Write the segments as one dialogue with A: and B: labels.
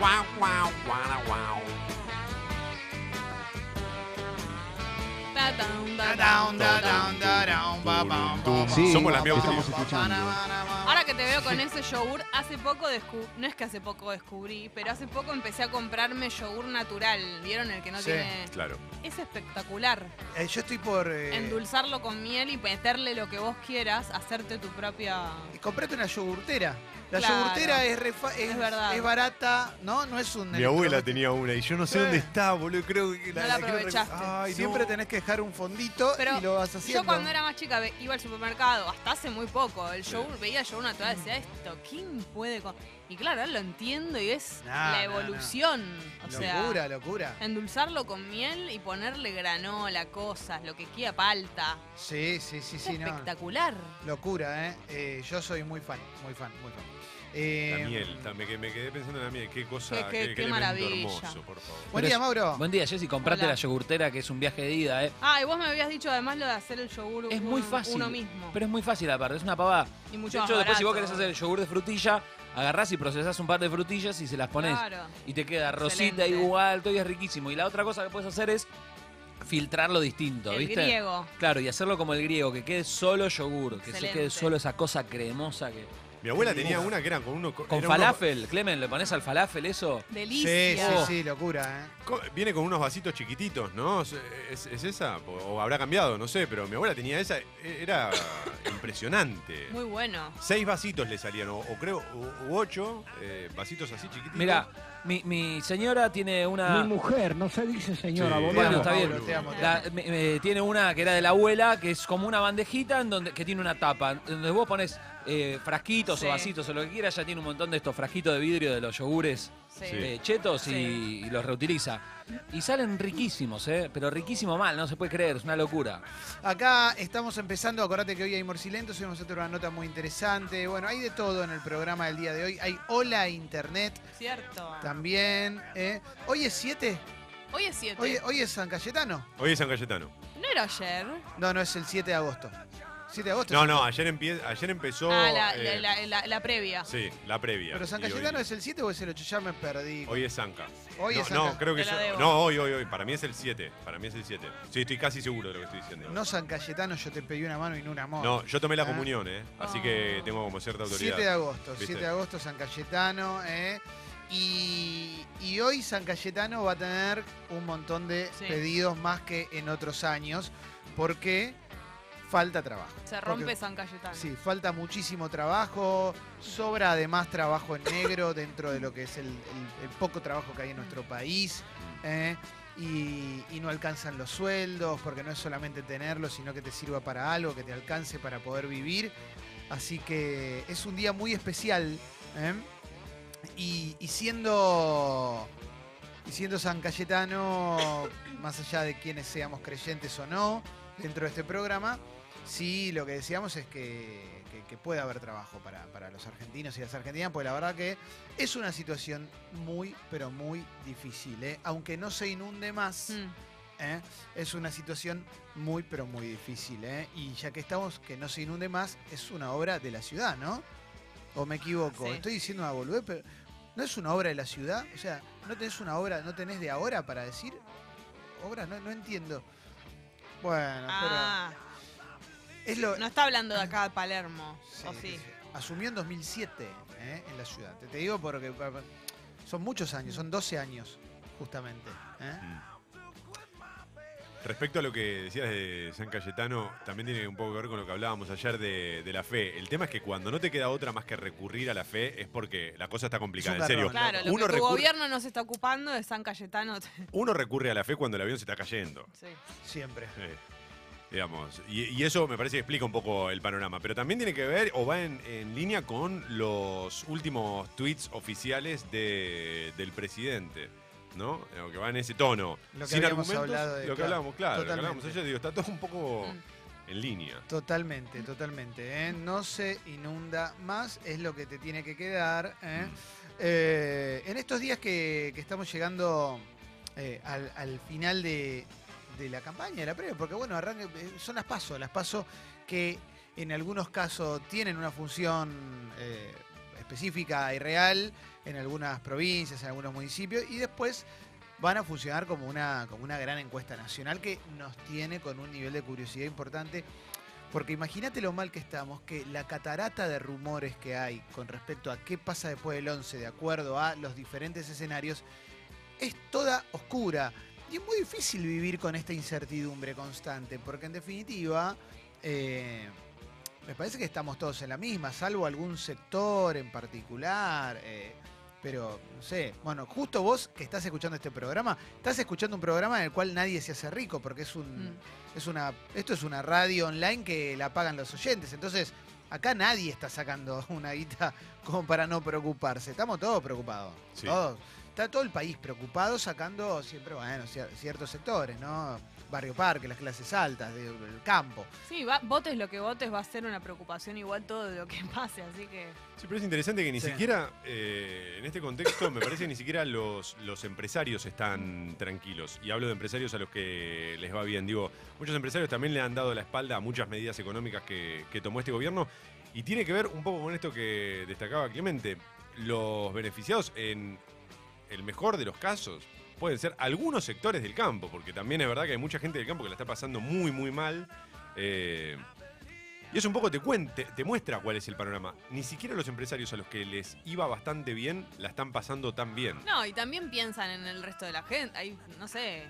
A: Wow, wow, wow, wow.
B: Ta, tan, ta, tan, ta,
C: Down, down,
B: tan.
C: down, down, ba, bam, ba, bam.
D: Sí,
A: Somos la
D: ¿qué
A: mía
D: estamos
A: utilidad.
D: escuchando.
B: Ahora que te veo con ese yogur, hace poco descubrí, no es que hace poco descubrí, pero hace poco empecé a comprarme yogur natural. ¿Vieron el que no
C: Sí.
B: tiene?
A: Claro.
B: Es espectacular.
C: Eh, yo estoy por. eh,
B: Endulzarlo con miel y meterle lo que vos quieras, hacerte tu propia.
C: comprate una yogurtera. La
B: Claro.
C: yogurtera es, re fa- es,
B: Es verdad.
C: es barata, ¿no? No es un.
D: Mi abuela tenía una y yo no sé
C: Eh.
D: dónde está, boludo. Creo que
B: No la
D: quiero revisar.
B: aprovechaste.
D: Ay, no.
C: Siempre tenés que dejar un fondito
B: Pero
C: y lo vas haciendo.
B: Yo cuando era más chica ve- iba al supermercado, hasta hace muy poco, el yogur, veía yogur natural, decía esto, ¿quién puede con-?" Y claro, ahora lo entiendo y es
C: No, no, no.
B: la evolución. O sea,
C: Locura, locura.
B: endulzarlo con miel y ponerle granola, cosas, lo que quiera, palta.
C: Sí, sí, sí,
B: Es
C: sí, no.
B: espectacular.
C: Locura, ¿eh? Eh, Yo soy muy fan, muy fan, muy fan.
A: La
C: Eh,
A: miel, ta- me, que- me quedé pensando en la miel. Qué cosa,
B: Qué- qué- qué
A: elemento
B: maravilla.
A: hermoso, por favor.
C: Buen
E: Pero
C: día,
E: es-
C: Mauro.
E: Buen día, Jessy. Comprate
B: Hola.
E: la yogurtera, que es un viaje de ida, ¿eh?
B: Ah, y vos me habías dicho además lo de hacer el yogur
E: Es
B: uno,
E: muy fácil.
B: uno mismo.
E: Pero es muy fácil, aparte. Es una pavada.
B: y mucho
E: De
B: más
E: hecho, después, si vos
B: barato.
E: querés hacer el yogur de frutilla, agarrás y procesás un par de frutillas y se las pones.
B: Claro.
E: Y te queda
B: Excelente.
E: rosita igual, todo y es riquísimo. Y la otra cosa que puedes hacer es filtrarlo distinto,
B: El
E: ¿viste?
B: griego.
E: Claro, y hacerlo como el griego, que quede solo yogur, que se
B: Excelente.
E: quede solo esa cosa cremosa que.
A: Mi abuela tenía una que era con uno.
E: Con
A: era uno-
E: falafel, Clemen, ¿le pones al falafel eso?
C: Sí,
B: Delicia.
C: sí,
E: Oh.
C: sí, locura, ¿eh?
A: co- viene con unos vasitos chiquititos, ¿no? ¿Es, es- es esa? O, o habrá cambiado, no sé, pero mi abuela tenía esa. e- Era impresionante.
B: Muy bueno.
A: Seis vasitos le salían, o, o creo, u, u ocho eh, vasitos así chiquititos.
E: Mira, mi, mi señora tiene una.
F: Mi mujer, no se dice señora,
A: Sí.
F: boludo.
E: Bueno,
C: amo,
E: está bien.
C: Pablo, te amo, te
E: La- me- me- tiene una que era de la abuela, que es como una bandejita en donde, que tiene una tapa. en Donde vos pones eh, frasquitos
B: Sí.
E: o vasitos o lo que quieras, ya tiene un montón de estos frasquitos de vidrio de los yogures
B: Sí.
A: Sí.
E: eh, chetos y-
B: Sí.
E: y, los reutiliza. Y salen riquísimos, ¿eh? Pero riquísimo mal, no se puede creer, es una locura.
C: Acá estamos empezando, acordate que hoy hay Morcilentos, hoy vamos a hacer una nota muy interesante. Bueno, hay de todo en el programa del día de hoy. Hay Hola Internet
B: Cierto.
C: también. ¿eh? Hoy es 7,
B: Hoy es 7.
C: hoy, hoy es San Cayetano.
A: Hoy es San Cayetano.
B: ¿No era ayer?
C: No, no, es el 7 de agosto. 7 de agosto.
A: No,
C: es-
A: no, ayer, empie- ayer empezó.
B: ah, la,
A: eh,
B: la- la- la- la previa.
A: Sí, la previa.
C: Pero San
A: Y hoy-
C: Cayetano es el 7 o es el 8, ya me perdí.
A: Hoy es Sanca.
C: Hoy
A: no,
C: es
A: no,
C: San Ca-
A: creo que
B: Te
A: yo-
B: la debo.
A: No, hoy, hoy, hoy. Para mí es el 7. Para mí es el 7. Sí, estoy casi seguro de lo que estoy diciendo.
C: no San Cayetano, yo te pedí una mano y no un amor.
A: No, yo tomé la
C: Ah.
A: comunión, ¿eh? Así que
B: Ah.
A: tengo como cierta autoridad.
C: 7 de agosto,
A: ¿Viste?
C: 7 de agosto San Cayetano, ¿eh? Y, y hoy San Cayetano va a tener un montón de
B: Sí.
C: pedidos más que en otros años, porque falta trabajo.
B: Se rompe
C: Porque-
B: San Cayetano.
C: Sí, falta muchísimo trabajo, sobra además trabajo en negro dentro de lo que es el, el- el poco trabajo que hay en nuestro país. ¿eh? Y, y no alcanzan los sueldos, porque no es solamente tenerlo, sino que te sirva para algo, que te alcance para poder vivir. Así que es un día muy especial. ¿eh? Y, y siendo. Y siendo San Cayetano, más allá de quienes seamos creyentes o no, dentro de este programa, Sí, lo que decíamos es que, que- que puede haber trabajo para, para los argentinos y las argentinas, porque la verdad que es una situación muy, pero muy difícil. ¿eh? Aunque no se inunde más,
B: Mm.
C: ¿eh? es una situación muy, pero muy difícil. ¿eh? Y ya que estamos, que no se inunde más, es una obra de la ciudad, ¿no? ¿O me equivoco?
B: Sí.
C: Estoy diciendo una boludez, pero ¿no es una obra de la ciudad? O sea, ¿no tenés una obra, no tenés de ahora para decir? Obra, no, no entiendo. Bueno,
B: Ah,
C: pero es lo,
B: no está hablando de acá de Palermo. ¿O
C: Sí,
B: sí?
C: sí. Asumió en 2007 ¿eh? en la ciudad. Te, te digo porque pa- pa- son muchos años, son 12 años justamente. ¿eh?
A: Mm. Respecto a lo que decías de San Cayetano, también tiene un poco que ver con lo que hablábamos ayer de, de la fe. El tema es que cuando no te queda otra más que recurrir a la fe es porque la cosa está complicada, en
C: Socarrón.
A: serio.
B: Claro, lo
A: uno,
B: que tu
A: recurre,
B: gobierno no se está ocupando de San Cayetano.
A: uno recurre a la fe cuando el avión se está cayendo.
B: Sí.
C: Siempre.
A: Eh, digamos, y, y eso me parece que explica un poco el panorama. Pero también tiene que ver o va en, en línea con los últimos tweets oficiales de- del presidente. ¿No? Eh, Que va en ese tono.
C: Lo que
A: Sin
C: habíamos
A: argumentos,
C: hablado de-
A: lo que
C: claro,
A: hablábamos, claro. Lo que
C: totalmente.
A: hablábamos ayer, digo, está todo un poco en línea.
C: Totalmente, totalmente. ¿eh? No se inunda más, es lo que te tiene que quedar. ¿eh? Eh, en estos días que, que estamos llegando eh, al, al final de, de la campaña, de la previa, porque bueno, arranque, eh, son las pasos, las pasos que en algunos casos tienen una función eh, específica y real en algunas provincias, en algunos municipios, y después van a funcionar como una, como una gran encuesta nacional que nos tiene con un nivel de curiosidad importante. Porque imagínate lo mal que estamos, que la catarata de rumores que hay con respecto a qué pasa después del 11, de acuerdo a los diferentes escenarios, es toda oscura. Y es muy difícil vivir con esta incertidumbre constante, porque en definitiva, eh, me parece que estamos todos en la misma, salvo algún sector en particular. eh, pero, no sé, bueno, justo vos que estás escuchando este programa, estás escuchando un programa en el cual nadie se hace rico, porque es un,
B: Mm.
C: es una, esto es una radio online que la pagan los oyentes. Entonces, acá nadie está sacando una guita como para no preocuparse. Estamos todos preocupados.
A: Sí.
C: Todos. Está todo el país preocupado sacando siempre, bueno, cier- ciertos sectores, ¿no? Barrio Parque, las clases altas, de- el campo.
B: Sí, va- votes lo que votes, va a ser una preocupación igual todo lo que pase, así que.
A: Sí, pero es interesante que ni
C: Sí.
A: siquiera, eh, en este contexto, me parece que ni siquiera los, los empresarios están tranquilos. Y hablo de empresarios a los que les va bien. Digo, muchos empresarios también le han dado la espalda a muchas medidas económicas que, que tomó este gobierno. Y tiene que ver un poco con esto que destacaba Clemente. Los beneficiados, en el mejor de los casos, pueden ser algunos sectores del campo, porque también es verdad que hay mucha gente del campo que la está pasando muy, muy mal. Eh, y eso un poco te, cuente, te muestra cuál es el panorama. Ni siquiera los empresarios a los que les iba bastante bien la están pasando tan bien.
B: No, y también piensan en el resto de la gente. Ahí, no sé.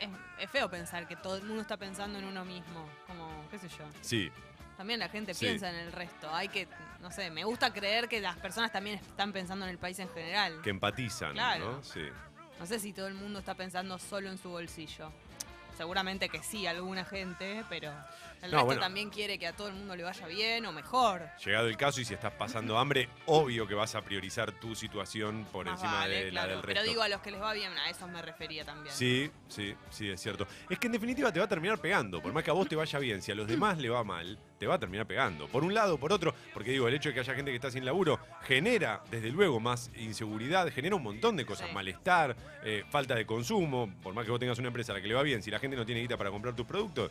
B: Es, es feo pensar que todo el mundo está pensando en uno mismo. Como, qué sé yo.
A: Sí,
B: También la gente
A: Sí.
B: piensa en el resto. Hay que, no sé, me gusta creer que las personas también están pensando en el país en general.
A: que empatizan,
B: Claro.
A: ¿no? Sí.
B: No sé si todo el mundo está pensando solo en su bolsillo. Seguramente que sí, alguna gente, pero el
A: No,
B: resto
A: bueno.
B: también quiere que a todo el mundo le vaya bien o mejor.
A: Llegado el caso y si estás pasando hambre, obvio que vas a priorizar tu situación por
B: Más
A: encima
B: vale,
A: de
B: claro.
A: la del resto.
B: Pero digo a los que les va bien, a esos me refería también.
A: Sí, sí, sí, es cierto. Es que en definitiva te va a terminar pegando. Por más que a vos te vaya bien, si a los demás le va mal, te va a terminar pegando. Por un lado, por otro, porque digo, el hecho de que haya gente que está sin laburo genera, desde luego, más inseguridad, genera un montón de cosas.
B: Sí.
A: Malestar, eh, falta de consumo. Por más que vos tengas una empresa a la que le va bien, si la gente no tiene guita para comprar tus productos,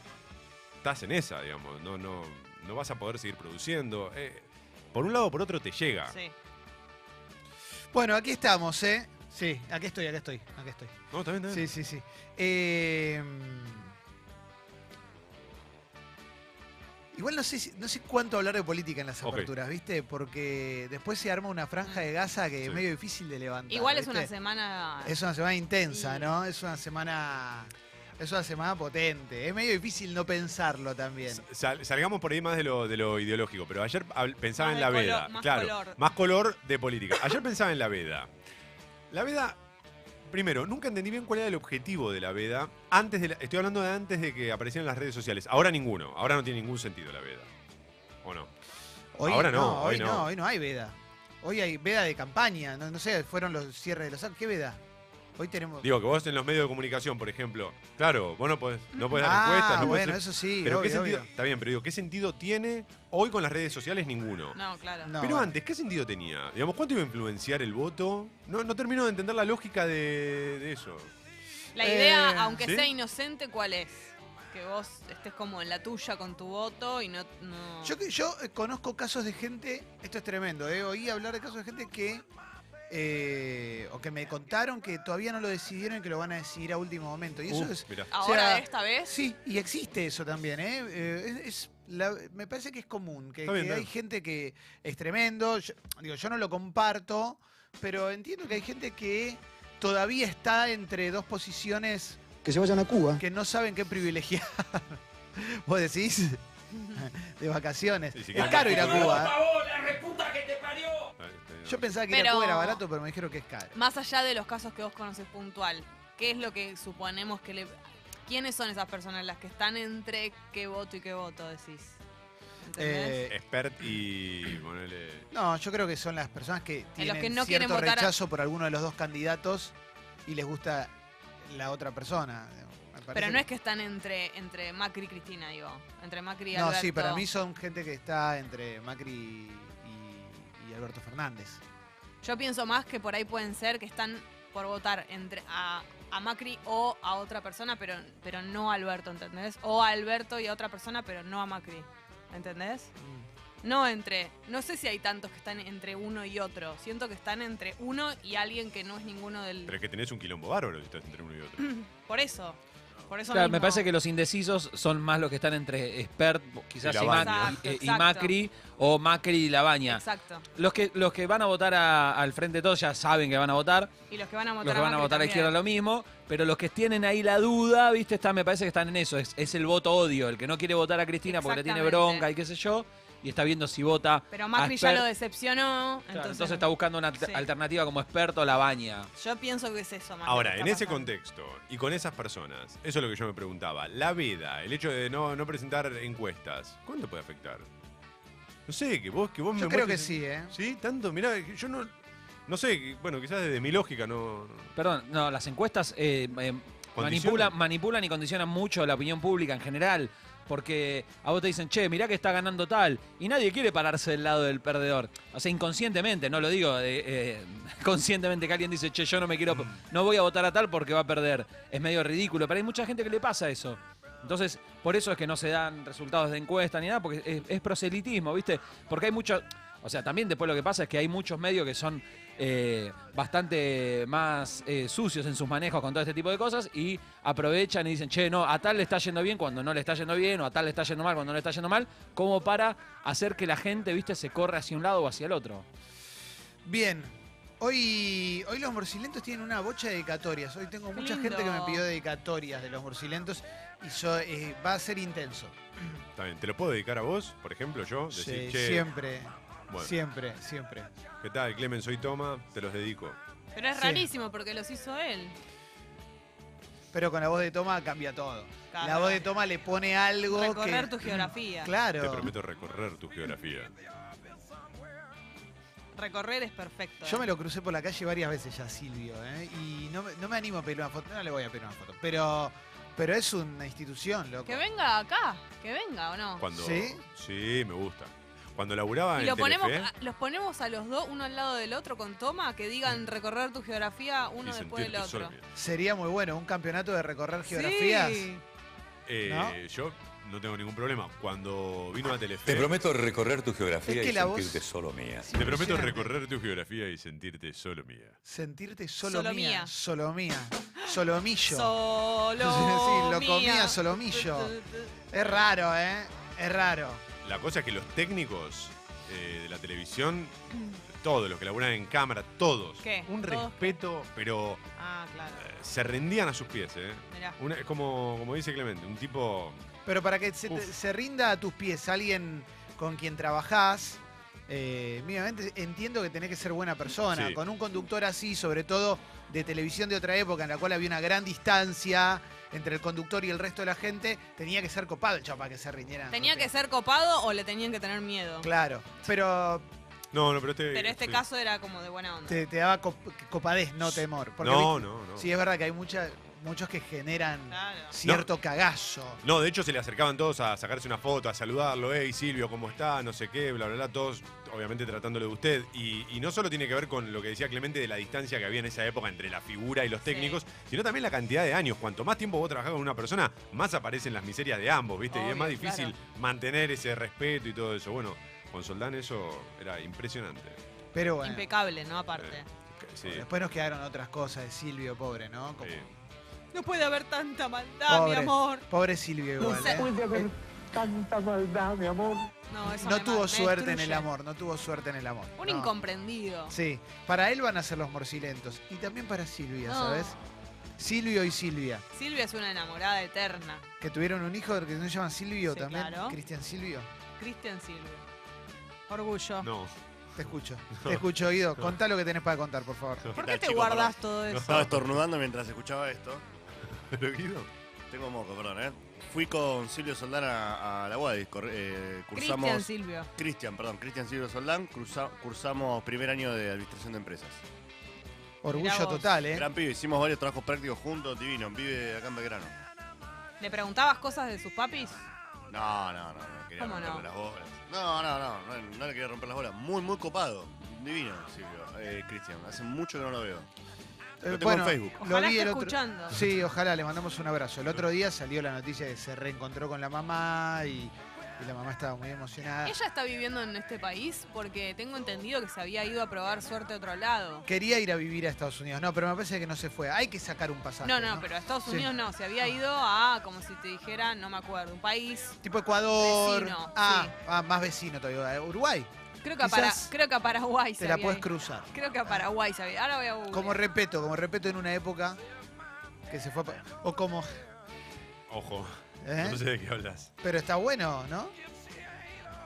A: estás en esa, digamos. No, no, no vas a poder seguir produciendo. Eh, por un lado, por otro, te llega.
B: Sí.
C: Bueno, aquí estamos, ¿eh? Sí, aquí estoy, aquí estoy, aquí estoy.
A: ¿No? ¿Está bien, está bien?
C: Sí, sí, sí. Eh, igual no sé, si- no sé cuánto hablar de política en las
A: Ok.
C: aperturas, ¿viste? Porque después se arma una franja de gasa que
A: Sí.
C: es medio difícil de levantar.
B: Igual es
C: ¿viste?
B: una semana.
C: Es una semana intensa,
B: Y-
C: ¿no? Es una semana. Es una semana potente. Es medio difícil no pensarlo también.
A: Sal- salgamos por ahí más de lo, de lo ideológico, pero ayer habl- pensaba
B: Más
A: en
B: de
A: la
B: colo-
A: veda.
B: más
A: claro,
B: color.
A: más color de política. Ayer pensaba en la veda. La veda, primero, nunca entendí bien cuál era el objetivo de la veda. Antes de la- estoy hablando de antes de que aparecieran las redes sociales. Ahora ninguno, ahora no tiene ningún sentido la veda. ¿O no? Ahora no, hoy
C: hoy
A: no.
C: hoy no hay veda. Hoy hay veda de campaña. No, no sé, fueron los cierres de los actos. ¿Qué veda? Hoy tenemos.
A: Digo que vos en los medios de comunicación, por ejemplo, claro, vos no podés, no podés dar
C: ah,
A: encuestas, no podés
C: bueno,
A: hacer-
C: eso sí.
A: pero
C: obvio,
A: qué sentido,
C: obvio.
A: está bien, pero digo, ¿qué sentido tiene hoy con las redes sociales ninguno?
B: No, claro.
C: No,
A: Pero
C: bueno.
A: antes, ¿qué sentido tenía? Digamos, ¿cuánto iba a influenciar el voto? No, no termino de entender la lógica de, de eso.
B: La
C: Eh,
B: idea, aunque
A: ¿sí?
B: sea inocente, ¿cuál es? Que vos estés como en la tuya con tu voto y no. no-
C: Yo, que- yo eh, conozco casos de gente, esto es tremendo, eh, oí hablar de casos de gente que, eh, o que me contaron que todavía no lo decidieron y que lo van a decidir a último momento. Y eso
A: Uf,
C: es... Ah,
A: mirá.
B: Ahora,
C: o sea,
B: esta vez.
C: Sí, y existe eso también, ¿eh? Eh, es- es la- me parece que es común, que,
A: Está bien,
C: que
A: está
C: hay
A: bien.
C: gente que es tremendo, yo, digo, yo no lo comparto, pero entiendo que hay gente que todavía está entre dos posiciones
F: Que se vayan a Cuba.
C: que no saben qué privilegiar. ¿Vos decís? De vacaciones.
A: Sí, sí,
C: es
A: claro.
C: caro ir a Cuba. ¿eh?
A: Está bien, está bien.
C: Yo pensaba que ir a
B: Pero-
C: Cuba era barato, pero me dijeron que es caro.
B: Más allá de los casos que vos conoces puntual, ¿qué es lo que suponemos que le. ¿Quiénes son esas personas las que están entre qué voto y qué voto decís? ¿Entendés?
C: Eh,
A: Expert y ponele.
C: no, yo creo que son las personas que
B: que
C: tienen
B: no quieren
C: cierto
B: votar a-
C: rechazo por alguno de los dos candidatos y les gusta la otra persona. Me parece
B: Pero no
C: que-
B: es que están entre, entre Macri y Cristina, digo. Entre Macri y
C: No,
B: Alberto.
C: sí, para mí son gente que está entre Macri y, y Alberto Fernández.
B: Yo pienso más que por ahí pueden ser que están por votar entre a, a Macri o a otra persona, pero, pero no a Alberto, ¿entendés? O a Alberto y a otra persona, pero no a Macri. ¿Entendés?
C: Mm.
B: No entre. No sé si hay tantos que están entre uno y otro. Siento que están entre uno y alguien que no es ninguno del.
A: Pero es que tenés un quilombo bárbaro si estás entre uno y otro.
B: Por eso. Por eso
E: Claro,
B: mismo.
E: me parece que los indecisos son más los que están entre Expert, quizás
A: Y
E: y,
A: Lavagna.
E: Ma-
B: Exacto,
E: y- y
B: exacto.
E: Macri, o Macri y Labaña.
B: Exacto.
E: Los que, los que van a votar a- al frente de todos ya saben que van a votar,
B: Y los que van a votar
E: los que van a
B: Macri
E: votar a la
B: también.
E: izquierda lo mismo, pero los que tienen ahí la duda, viste, Están- me parece que están en eso, es, es el voto odio, el que no quiere votar a Cristina porque le tiene
B: Exactamente.
E: bronca y qué sé yo, y está viendo si vota.
B: Pero
E: a
B: Macri ya
E: Esper-
B: lo decepcionó.
E: Claro,
B: entonces,
E: entonces, está buscando una alter-
B: Sí.
E: alternativa como experto la baña.
B: Yo pienso que es eso, Macri.
A: Ahora,
B: que
A: en
B: está
A: ese
B: pasando.
A: contexto y con esas personas, eso es lo que yo me preguntaba. La veda, el hecho de no, no presentar encuestas, ¿cuánto puede afectar? No sé, que vos, que vos
C: Yo
A: me
C: creo que
A: muestres-
C: sí, ¿eh?
A: Sí, tanto, mirá, yo no. No sé, que- bueno, quizás desde mi lógica no.
E: Perdón, no, las encuestas eh, eh, manipulan, manipulan y condicionan mucho la opinión pública en general. Porque a vos te dicen, che, mirá que está ganando tal. Y nadie quiere pararse del lado del perdedor. O sea, inconscientemente, no lo digo eh, eh, conscientemente que alguien dice, che, yo no me quiero. No voy a votar a tal porque va a perder. Es medio ridículo. Pero hay mucha gente que le pasa eso. Entonces, por eso es que no se dan resultados de encuesta ni nada, porque es, es proselitismo, ¿viste? Porque hay mucho. O sea, también después lo que pasa es que hay muchos medios que son eh, bastante más eh, sucios en sus manejos con todo este tipo de cosas y aprovechan y dicen, che, no, a tal le está yendo bien cuando no le está yendo bien, o a tal le está yendo mal cuando no le está yendo mal, como para hacer que la gente, viste, se corre hacia un lado o hacia el otro.
C: Bien. Hoy, hoy los morcilentos tienen una bocha de dedicatorias. Hoy tengo
B: Qué
C: mucha gente que me
B: lindo.
C: pidió dedicatorias de los morcilentos y so- eh, va a ser intenso.
A: Está bien, ¿te lo puedo dedicar a vos, por ejemplo, yo? Decir,
C: Sí,
A: che,
C: siempre,
A: bueno,
C: siempre, siempre.
A: ¿qué tal, Clemen? Soy Toma, te los dedico.
B: Pero es
C: Sí.
B: rarísimo porque los hizo él.
C: Pero con la voz de Toma cambia todo.
B: Claro.
C: La voz de Toma le pone algo
B: Recorrer
C: que...
B: tu geografía.
A: Te
C: Claro.
A: prometo recorrer tu geografía.
B: Recorrer es perfecto.
C: Yo me
B: ¿eh?
C: lo crucé por la calle varias veces ya, Silvio, ¿eh? Y no, me- no me animo a pedir una foto. No le voy a pedir una foto. Pero, pero es una institución, loco.
B: Que venga acá. Que venga o no.
A: Cuando,
C: ¿Sí?
A: Sí, me gusta. Cuando laburaba
B: Ah, Y
A: en
B: lo ponemos,
A: Telefe,
B: a- los ponemos a los dos, uno al lado del otro, con toma, que
C: Mm.
B: digan recorrer tu geografía
A: y
B: uno después del
A: sentirte
B: otro.
A: sorbio.
C: Sería muy bueno un campeonato de recorrer geografías.
B: Sí.
A: Eh,
C: ¿No?
A: Yo no tengo ningún problema. Cuando vino a Telefe...
G: Te prometo recorrer tu geografía
C: Es que
G: y
C: la voz-
G: sentirte solo mía.
C: Es
A: Te prometo
C: impresionante.
A: recorrer tu geografía y sentirte solo mía.
C: Sentirte solo,
B: Solo
C: mía,
B: mía.
C: Solo mía. Solomillo.
B: Solo.
C: Sí, lo
B: mía.
C: comía solomillo.
B: Tu, tu, tu.
C: es raro, ¿eh? Es raro.
A: La cosa es que los técnicos eh, de la televisión, todos los que laburan en cámara, todos,
B: ¿Qué?
A: un
B: Todos.
A: respeto, pero
B: Ah, claro.
A: eh, se rendían a sus pies. ¿eh?
B: Mirá.
A: Una- es como, como dice Clemente, un tipo...
C: Pero para que se, te-
A: Uf.
C: se rinda a tus pies alguien con quien trabajás, eh, mínimamente entiendo que tenés que ser buena persona.
A: Sí.
C: Con un conductor así, sobre todo de televisión de otra época, en la cual había una gran distancia entre el conductor y el resto de la gente, tenía que ser copado el chavo para que se rindiera.
B: ¿Tenía que ser copado o le tenían que tener miedo?
C: Claro, pero
A: No, no, pero este...
B: Pero este
A: sí.
B: caso era como de buena onda.
C: te, te daba cop- copadez, no temor. Porque
A: No,
C: vi-
A: no, no.
C: Sí, es verdad que hay mucha- muchos que generan
B: Claro.
C: cierto cagazo.
A: No, de hecho se le acercaban todos a sacarse una foto, a saludarlo, hey Silvio, ¿cómo está? No sé qué, bla, bla, bla, todos obviamente tratándolo de usted. Y, y no solo tiene que ver con lo que decía Clemente de la distancia que había en esa época entre la figura y los
B: Sí.
A: técnicos, sino también la cantidad de años. Cuanto más tiempo vos trabajás con una persona, más aparecen las miserias de ambos, ¿viste? y es
B: Obvio,
A: más difícil mantener ese respeto y todo eso. Bueno, con Soldán eso era impresionante.
C: Pero bueno.
B: Impecable, ¿no? Aparte.
A: Sí, eh,
C: Después nos quedaron otras cosas de Silvio, pobre, ¿no? Como-
A: sí.
B: No puede haber tanta maldad,
C: Pobre.
B: mi amor.
C: Pobre Silvio igual.
B: sé.
C: ¿eh?
F: Puede haber tanta maldad, mi amor.
B: No, eso me
C: No
B: ma-
C: tuvo
B: me
C: suerte en
B: destruye.
C: el amor, no tuvo suerte en el amor.
B: Un
C: no.
B: incomprendido.
C: Sí, para él van a ser los morcilentos. Y también para Silvia,
B: No.
C: ¿sabes? Silvio y Silvia,
B: Oh, Silvia es una enamorada eterna.
C: que tuvieron un hijo que se llama Silvio
B: Sí,
C: también.
B: claro.
C: Cristian Silvio.
B: Cristian Silvio. Orgullo.
A: No,
C: Te escucho, te escucho, Guido. Contá lo que tenés para contar, por favor.
B: ¿Por
H: ¿Qué
B: qué
H: tal,
B: te
H: chicos?
B: guardas
H: Perdón.
B: todo eso?
H: Estaba estornudando mientras escuchaba esto.
A: pero Guido.
H: Tengo moco, perdón, ¿eh? Fui con Silvio Soldán a, a la UADI. cor- eh,
B: Cristian
H: cursamos.
B: Silvio.
H: Cristian, perdón, Cristian Silvio Soldán. cruza- cursamos primer año de administración de empresas.
C: Orgullo
B: vos.
C: total, ¿eh?
H: Gran pibe, hicimos varios trabajos prácticos juntos, divino. Vive acá en Belgrano.
B: ¿Le preguntabas cosas de sus papis?
H: No, no, no, no quería
B: ¿Cómo
H: romperle
B: no?
H: las bolas. No, no, no, no, no le quería romper las bolas. Muy, muy copado. Divino, Silvio. Eh, Cristian, hace mucho que no lo veo. Lo tengo
C: Eh, bueno,
H: en Facebook.
B: Ojalá
C: lo vi
B: esté
C: el otro.
B: escuchando.
C: Sí, ojalá, le mandamos un abrazo. El otro día salió la noticia de que se reencontró con la mamá y Y la mamá estaba muy emocionada.
B: Ella está viviendo en este país porque tengo entendido que se había ido a probar suerte a otro lado.
C: Quería ir a vivir a Estados Unidos. No, pero me parece que no se fue. Hay que sacar un pasaje.
B: No, no, pero a Estados
C: Sí.
B: Unidos no. Se había ido a, como si te dijera, no me acuerdo, un país.
C: Tipo Ecuador.
B: Vecino,
C: ah,
B: sí.
C: ah, más vecino todavía. Uruguay.
B: Creo que, a Para-
C: Quizás
B: creo que a Paraguay se
C: Te la
B: había
C: puedes
B: ido.
C: cruzar.
B: Creo que a Paraguay se había Ahora voy a googlear.
C: Como respeto, como respeto en una época que se fue a pa- O como.
A: Ojo,
C: ¿eh?
A: no sé de qué hablas.
C: Pero está bueno, ¿no?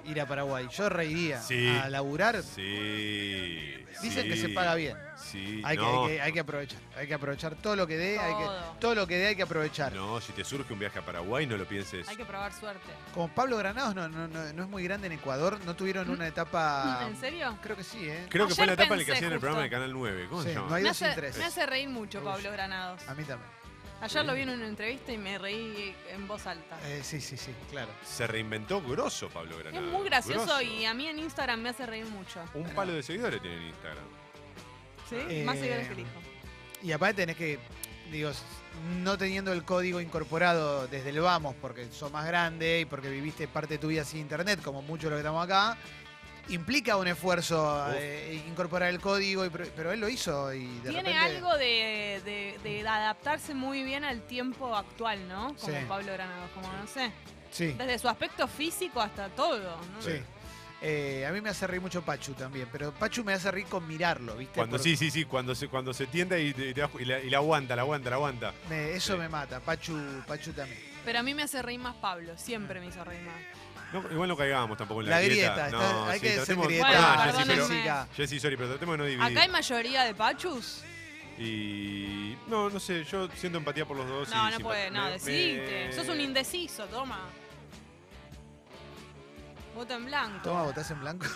C: Ir a Paraguay. Yo reiría.
A: Sí.
C: A laburar.
A: Sí.
C: Dicen que
A: sí,
C: se paga bien.
A: Sí.
C: Hay,
A: no,
C: que, hay, que, hay que aprovechar. Hay que aprovechar todo lo que dé. Hay
B: Todo.
C: que, todo lo que dé hay que aprovechar.
A: no, si te surge un viaje a Paraguay, no lo pienses.
B: Hay que probar suerte.
C: Como Pablo Granados no, no, no, no es muy grande en Ecuador, no tuvieron una etapa.
B: ¿Mm? ¿En serio?
C: Creo que sí, ¿eh?
A: Creo que fue
B: Ayer
A: la etapa en la que
B: pensé
A: hacían el
B: justo.
A: programa de Canal 9. ¿Cómo
C: Sí,
A: se llama?
C: no hay-
B: Me
C: dos sin
B: hace,
C: tres. Ah,
B: me hace reír mucho Pablo Granados.
C: A mí también.
B: Ayer lo vi en una entrevista y me reí en voz alta.
C: Eh, sí, sí, sí, claro.
A: Se reinventó grosso Pablo
B: Es
A: Granado.
B: muy gracioso
A: grosso.
B: y a mí en Instagram me hace reír mucho.
A: Un palo de seguidores tiene en Instagram.
B: ¿Sí?
C: Eh,
B: Más seguidores que el hijo.
C: Y aparte tenés que, digo, s- no teniendo el código incorporado desde el vamos, porque sos más grande y porque viviste parte de tu vida sin internet, como muchos de los que estamos acá, implica un esfuerzo
A: Uf.
C: eh, incorporar el código, y pr- pero él lo hizo y de
B: Tiene
C: repente-
B: algo de, de- de adaptarse muy bien al tiempo actual, ¿no? Como
C: Sí.
B: Pablo Granados, como no sé.
C: Sí,
B: Desde su aspecto físico hasta todo. ¿no?
C: sí. Eh, a mí me hace reír mucho Pachu también, pero Pachu me hace reír con mirarlo, ¿viste?
A: Cuando
C: Porque
A: sí, sí, sí, cuando se, cuando se tiende y, te- y te das- y la, y la aguanta, la aguanta, la aguanta.
C: me- eso
A: Sí.
C: me mata, Pachu, Pachu también.
B: Pero a mí me hace reír más Pablo, siempre me hizo reír más.
A: No, igual no caigamos tampoco en la,
C: La grieta,
A: No,
C: está- hay
A: sí,
C: que decir
A: tratemos-
C: grieta.
B: Bueno,
A: Ah,
B: perdónenme.
A: Jessy, pero-
C: Jessica.
A: Jessy, sorry, pero tratemos de no dividir.
B: ¿Acá hay mayoría de Pachus?
A: Y. No, no sé, yo siento empatía por los dos.
B: No,
A: y
B: no
A: simpa-
B: puede, no,
A: me-
B: decidite.
A: me-
B: Sos un indeciso, toma. Voto en blanco.
C: Toma, votás en blanco.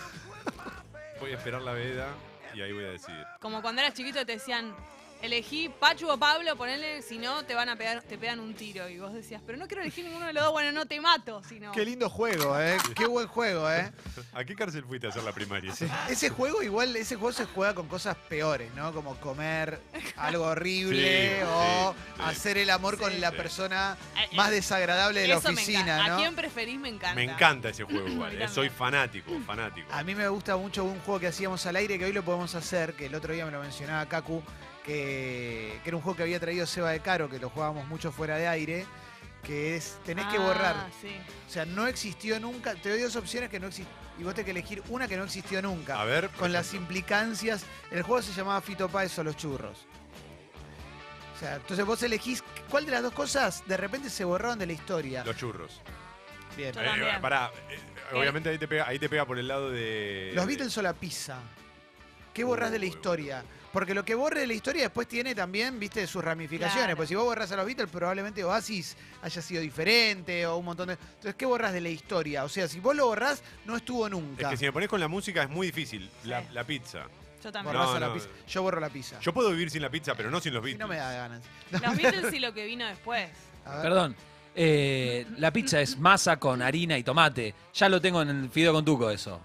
A: Voy a esperar la veda y ahí voy a decidir.
B: Como cuando eras chiquito te decían, elegí Pachu o Pablo, ponele, si no te van a pegar, te pegan un tiro. Y vos decías, pero no quiero elegir ninguno de los dos, bueno, no te mato, sino.
C: Qué lindo juego, ¿eh? Qué buen juego, ¿eh?
A: ¿A qué cárcel fuiste a hacer la primaria?
C: Ese juego igual, ese juego se juega con cosas peores, ¿no? Como comer algo horrible
A: Sí,
C: o
A: sí, sí.
C: hacer el amor con
B: Sí.
C: la
A: Sí.
C: persona
B: Eh, eh,
C: más desagradable de la
B: eso me encanta.
C: oficina,
B: ¿A
C: ¿no?
B: quién preferís me encanta?
A: Me encanta ese juego
B: A
A: igual,
B: mí
A: eh, soy
B: también.
A: fanático, fanático.
C: A mí me gusta mucho un juego que hacíamos al aire que hoy lo podemos hacer, que el otro día me lo mencionaba Kaku, que, que era un juego que había traído Seba de Caro, que lo jugábamos mucho fuera de aire, que es tenés que
B: Ah,
C: borrar.
B: sí.
C: O sea, no existió nunca, te doy dos opciones que no existió y vos tenés que elegir una que no existió nunca.
A: A ver. por
C: con las
A: ejemplo.
C: implicancias. El juego se llamaba Fito Páez o los churros. O sea, entonces vos elegís cuál de las dos cosas de repente se borraron de la historia.
A: Los churros.
C: Bien.
B: Yo también.
A: pará, eh, obviamente ahí te, pega, ahí te pega por el lado de.
C: Los Beatles o la pizza. ¿Qué borrás de la
A: Uy,
C: historia? Porque lo que borre de la historia después tiene también, viste, sus ramificaciones.
B: Claro.
C: Pues si vos borrás a los Beatles, probablemente Oasis haya sido diferente o un montón de. Entonces, ¿qué borrás de la historia? O sea, si vos lo borrás, no estuvo
A: Es
C: nunca.
A: que si me pones con la música es muy difícil. La,
B: Sí.
A: la pizza.
B: Yo también.
C: Borrás
A: No,
C: a la
A: no.
C: pizza. Yo borro la pizza.
A: Yo puedo vivir sin la pizza, pero no sin los
C: Y
A: Beatles.
C: no me da ganas.
B: Los Beatles y lo que vino después.
C: A ver.
E: Perdón. eh, la pizza es masa con harina y tomate. Ya lo tengo en el fideo con tuco eso.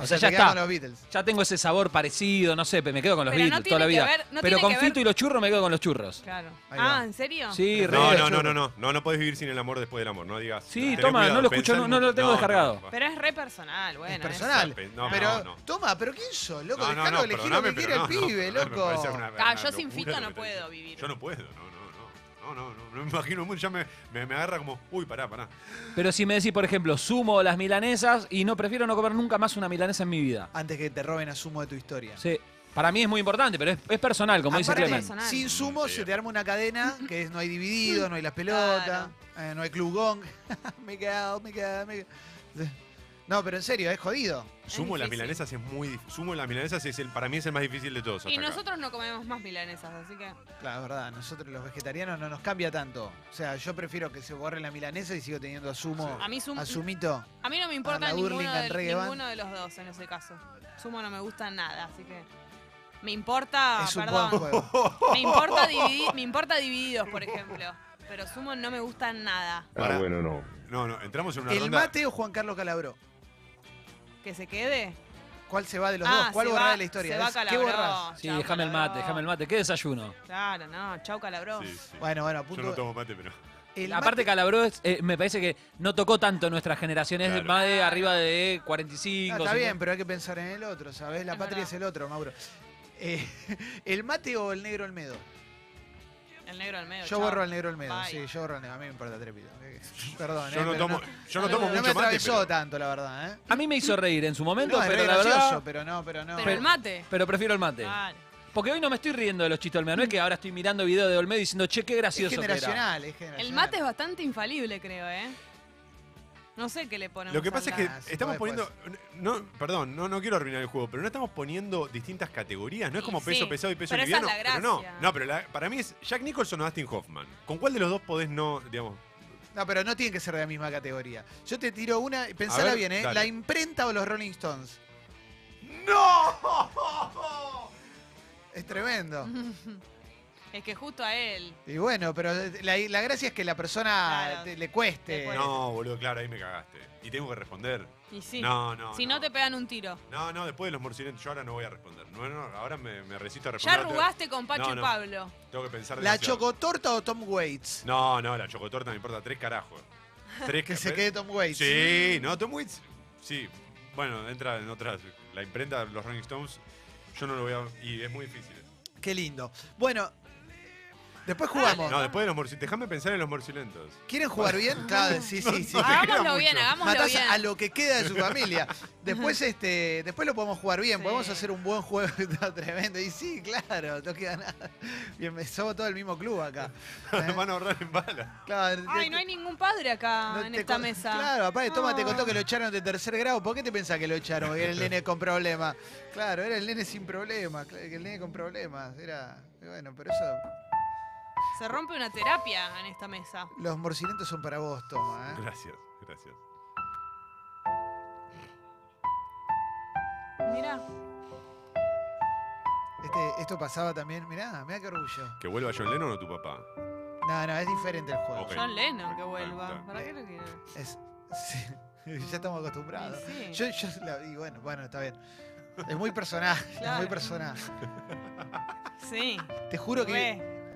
E: O sea,
C: te
E: ya
C: quedás
E: está.
C: con los Beatles.
E: Ya tengo ese sabor parecido, no sé, pe- me quedo con los
B: Pero no
E: Beatles
B: tiene
E: toda la
B: que
E: vida.
B: ver- no
E: Pero
B: tiene
E: con
B: que ver-
E: Fito y los churros me quedo con los churros.
B: Claro.
C: Ahí
B: Ah,
C: va.
B: ¿en serio?
E: Sí, re.
A: No,
C: Re
A: no,
C: churro.
A: no, no, no, no, no podés vivir sin el amor después del amor, no digas.
E: Sí,
A: Tenés
E: toma, no lo escucho,
A: pensá
E: no-
A: en-
E: no lo tengo descargado.
A: no,
B: Pero es re personal, bueno.
C: es personal.
A: eso. No,
C: pero,
A: no, no.
C: toma, pero ¿quién sos, loco?
A: No, no,
C: Dejalo
A: no,
C: elegir lo
A: perdoname,
C: que quiere
A: pero
C: el
A: no, no,
C: pibe,
A: no, me
C: loco.
A: parece una-
B: Ah,
A: una
B: yo sin
A: locura
B: Fito
A: lo que
B: no
A: te
B: puedo
A: dicen.
B: vivir.
A: Yo no puedo, no, no, no. No, no, no, no me imagino mucho, ya me, me, me agarra como, uy, pará, pará.
E: Pero si me decís, por ejemplo, sumo las milanesas y no prefiero no comer nunca más una milanesa en mi vida.
C: Antes que te roben a sumo de tu historia.
E: Sí. Para mí es muy importante, pero es, es personal, como dice
C: Aparte,
E: Clemen.
B: personal.
C: sin sumo
A: Sí.
C: se te arma una cadena que es no hay dividido, no hay las pelotas, eh, no hay club gong. Miguel, Miguel, Miguel. No, pero en serio, es jodido.
A: Sumo las
B: difícil.
A: milanesas es muy dif- Sumo las milanesas es el, para mí es el más difícil de todos.
B: Y
A: hasta acá.
B: nosotros no comemos más milanesas, así que.
C: La verdad, nosotros los vegetarianos no nos cambia tanto. O sea, yo prefiero que se borre la milanesa y sigo teniendo a sumo.
B: A mí sum-
C: A sumito.
B: A mí no me importa
C: la
B: ninguno,
C: Burlingame
B: del-
C: Reggae Band.
B: ninguno de los dos en ese caso. Sumo no me gusta nada, así que. Me importa.
C: es un
B: Ah, perdón.
C: buen juego.
B: Me importa, dividi- me importa divididos, por ejemplo. Pero sumo no me gusta nada.
A: Pará.
I: bueno, no.
A: No, no, entramos en una
C: ¿El
A: ronda.
C: mate o Juan Carlos Calabró?
B: ¿Que se quede?
C: ¿Cuál se va de los
B: Ah,
C: dos? ¿Cuál
B: se
C: borrás
B: va-
C: de la historia?
B: se va
C: ¿Ves? ¿Qué
B: Calabró.
C: borrás?
E: Sí,
B: Chau,
E: déjame el mate,
B: Calabró.
E: déjame el mate. ¿Qué desayuno?
B: Claro, no. Chau, Calabró.
A: Sí, sí.
C: Bueno, bueno,
A: Yo
C: punto.
A: no tomo mate, pero.
C: El
E: Aparte,
C: mate-
E: Calabró es, eh, me parece que no tocó tanto nuestra generación, es
A: Claro.
E: más de arriba de
C: Ah,
E: 45.
C: está
E: 50.
C: bien, pero hay que pensar en el otro, ¿sabes? La
B: Es
C: patria
B: verdad.
C: es el otro, Mauro. Eh, ¿El mate o el negro Olmedo?
B: El negro al medio.
C: Yo
B: chao.
C: borro al negro Olmedo,
B: Bye.
C: sí, yo borro al negro. A mí me importa tres pitos. Perdón,
A: Yo
C: eh,
A: no
C: pero
A: tomo, yo no tomo
C: no me
A: mucho mate.
C: atravesó
A: pero-
C: tanto, la verdad, ¿eh?
E: A mí me hizo reír en su momento,
C: No, es
E: pero
C: re
E: la
C: gracioso,
E: verdad.
C: pero no, pero Ah. no.
B: Pero el mate.
E: Pero prefiero el mate.
B: Claro.
E: Porque hoy no me estoy riendo de los chistes de Olmedo. No es que ahora estoy mirando videos de Olmedo diciendo, che, qué
C: es
E: gracioso. que era".
C: generacional, es generacional.
B: El mate es bastante infalible, creo, ¿eh? No sé qué le ponemos.
A: Lo que pasa
B: al
A: es que
C: Ah, sí,
A: estamos
C: puede,
A: poniendo. No, perdón, no, no quiero arruinar el juego, pero no estamos poniendo distintas categorías. No
B: Y
A: es como peso
B: sí,
A: pesado y peso
B: pero esa es
A: liviano.
B: la
A: pero no,
B: gracia.
A: no, pero la- para mí es Jack Nicholson o Dustin Hoffman. ¿Con cuál de los dos podés no, digamos?
C: No, pero no tiene que ser de la misma categoría. Yo te tiro una, pensala
A: ver,
C: bien, ¿eh?
A: dale.
C: La imprenta o los Rolling Stones.
A: ¡No!
C: Es tremendo.
B: Es que justo a él.
C: Y bueno, pero la, la gracia es que la persona
B: Claro.
C: te- le cueste.
B: Le cueste.
A: No, boludo, claro, ahí me cagaste. Y tengo que responder.
B: Y sí.
A: No, no.
B: si no. te pegan un tiro.
A: No, no, después de los morcilentos, yo ahora no voy a responder. No, no, ahora me, me resisto a
B: Ya
A: responder. Ahora
B: arrugaste con Pacho
A: No, no.
B: y Pablo.
A: tengo- Tengo que pensar
C: ¿La
A: demasiado.
C: chocotorta o Tom Waits?
A: No, no, la chocotorta me importa tres carajos. Tres
C: Que
A: ca-
C: se quede Tom Waits.
A: Sí, no, Tom Waits. Sí, bueno, entra en otras. La imprenta de los Rolling Stones, yo no lo voy a. Y es muy difícil.
C: Qué lindo. Bueno, después jugamos.
A: No, después de los morcilentos. Déjame pensar en los morcilentos.
C: ¿Quieren jugar bien? Claro, sí, sí, sí.
B: Hagámoslo
A: mucho.
B: bien, hagámoslo
C: Matás
B: bien.
C: a lo que queda de su familia. Después, este, después lo podemos jugar bien,
B: Sí.
C: podemos hacer un buen juego está tremendo. Y sí, claro, no queda nada. Bien, somos todo el mismo club acá. Eh,
A: Nos van a ahorrar en bala.
C: Claro,
B: Ay,
C: te-
B: no hay ningún padre acá
C: no
B: en
C: te
B: esta
C: con-
B: mesa.
C: Claro, papá, de toma te
B: Ah.
C: contó que lo echaron de tercer grado. ¿Por qué te pensás que lo echaron? Era el nene con problemas. Claro, era el nene sin problemas. cl- El nene con problemas. Era. y Bueno, pero eso.
B: Se rompe una terapia en esta mesa.
C: Los morcilentos son para vos, toma. ¿eh?
A: Gracias, gracias.
B: Mira,
C: Este, esto pasaba también. Mirá, mirá qué orgullo.
A: ¿Que vuelva John Lennon o tu papá?
C: No, no, es diferente el juego.
A: Ok.
B: John Lennon que
A: Ahí
B: vuelva.
A: está.
B: ¿Para qué lo quiero?
C: Es- sí, ya estamos acostumbrados.
B: Y sí.
C: Yo, yo la- y bueno, bueno, está bien. Es muy personal, es muy
B: Claro.
C: personal.
B: Sí.
C: Te juro que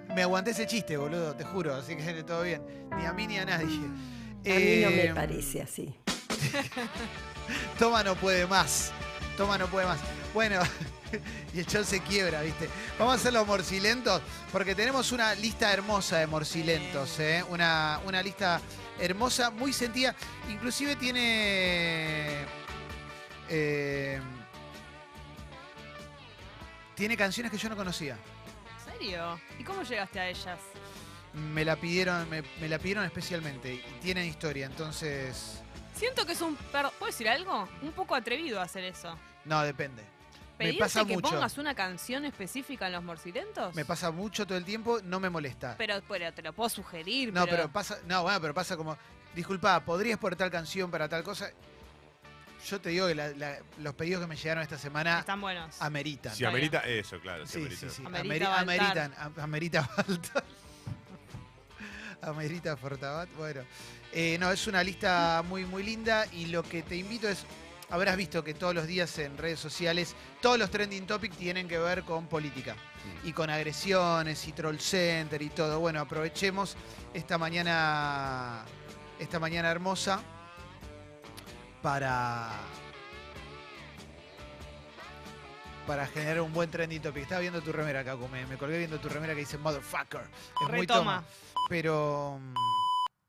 B: re.
C: me aguanté ese chiste, boludo, te juro, así que todo bien. Ni a mí ni a nadie.
I: A mí no me
C: Eh,
I: parece así.
C: Toma no puede más. Toma no puede más. Bueno, y el show se quiebra, ¿viste? Vamos a hacer los morcilentos, porque tenemos una lista hermosa de morcilentos, ¿eh? Una, una lista hermosa, muy sentida. Inclusive tiene... eh, tiene canciones que yo no conocía.
B: ¿En serio? ¿Y cómo llegaste a ellas?
C: Me la pidieron, me, me la pidieron especialmente. Y tienen historia, entonces...
B: Siento que es un per... ¿Puedo decir algo? Un poco atrevido a hacer eso.
C: No, depende.
B: ¿Pedirte
C: pasa
B: que
C: mucho.
B: pongas una canción específica en los morcilentos?
C: Me pasa mucho todo el tiempo, no me molesta.
B: Pero, pero te lo puedo sugerir.
C: No, pero pasa, no, bueno, pero pasa como, disculpa, ¿podrías poner tal canción para tal cosa? Yo te digo que la- la- los pedidos que me llegaron esta semana
B: Están buenos.
C: ameritan.
A: Si amerita, eso, claro. Si
C: sí,
A: amerita.
C: sí, sí.
B: Amerita
C: Ameri-
B: Baltar.
C: ameritan, am- amerita Baltar. Amerita Fortabat. Bueno, Eh, no, es una lista muy, muy linda y lo que te invito es, habrás visto que todos los días en redes sociales, todos los trending topics tienen que ver con política y con agresiones y troll center y todo. Bueno, aprovechemos esta mañana, esta mañana hermosa para para generar un buen trending topic. Estaba viendo tu remera, Kaku. Me, me colgué viendo tu remera que dice motherfucker. Es muy
B: Retoma.
C: toma. Pero mm,